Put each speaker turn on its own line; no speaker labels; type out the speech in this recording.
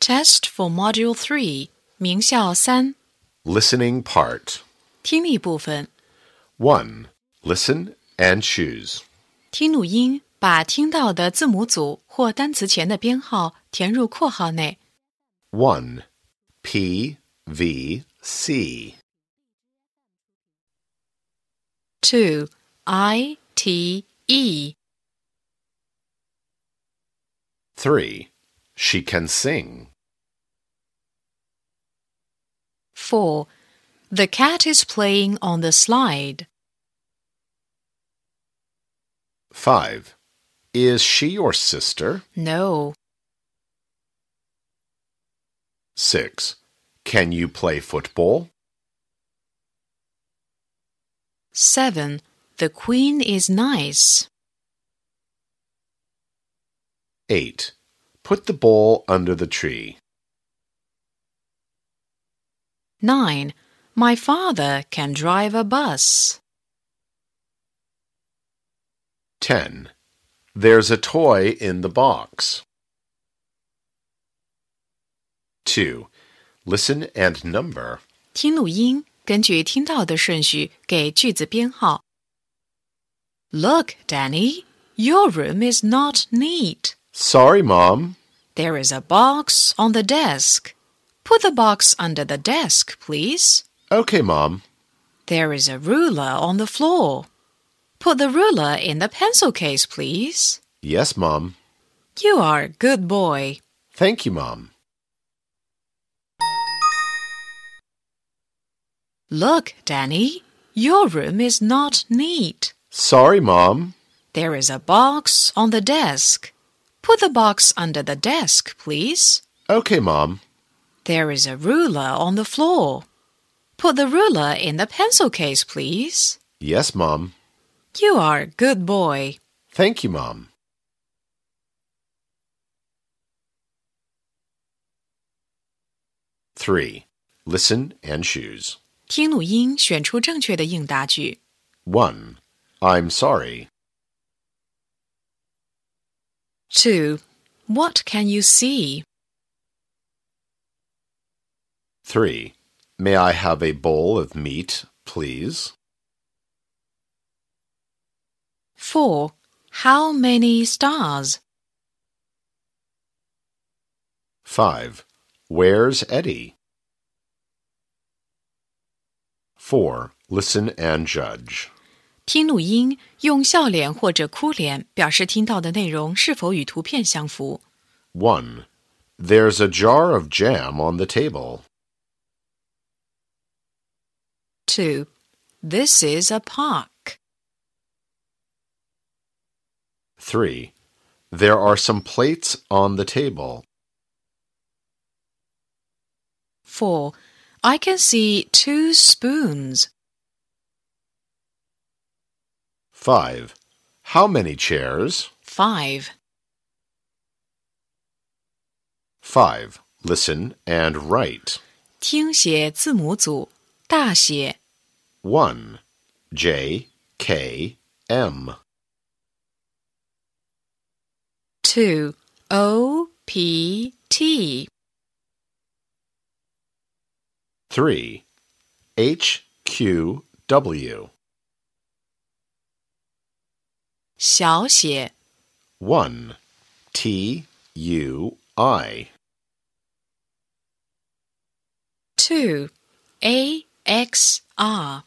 Test for Module 3, 名校三
Listening part.
听力部分，
1. Listen and choose.
听录音，把听到的字母组或单词前的编号填入括号内。
1. P V C.
2. I T E
3. She can sing.
4. The cat is playing on the slide.
5. Is she your sister?
No.
6. Can you play football?
7. The queen is nice.
8. Put the ball under the tree.
9. My father can drive a bus.
10. There's a toy in the box. 2. Listen and number.
听录音，根据听到的顺序给句子编号。Look, Danny, your room is not neat.
Sorry, Mom.
There is a box on the desk. Put the box under the desk, please.
Okay, Mom.
There is a ruler on the floor. Put the ruler in the pencil case, please.
Yes, Mom.
You are a good boy.
Thank you, Mom.
Look, Danny, your room is not neat.
Sorry, Mom.
There is a box on the desk. Put the box under the desk, please.
Okay, Mom.
There is a ruler on the floor. Put the ruler in the pencil case, please.
Yes, Mom.
You are a good boy.
Thank you, Mom. Three. Listen and choose.
听录音，选出正确的应答句。
One. I'm sorry.
2. What can you see?
Three. May I have a bowl of meat, please?
4. How many stars?
Five. Where's Eddie? Four. Listen and judge.
听录音，用笑脸或者哭脸表示听到的内容是否与图片相符。
One. There's a jar of jam on the table.
2. This is a park.
3. There are some plates on the table.
4. I can see two spoons.
5. How many chairs?
5.
5. Listen and write.
听写字母组，大写
1. J, K, M.
2. O P T
3. H, Q, W.
小写
1. T, U, I.
2. A X R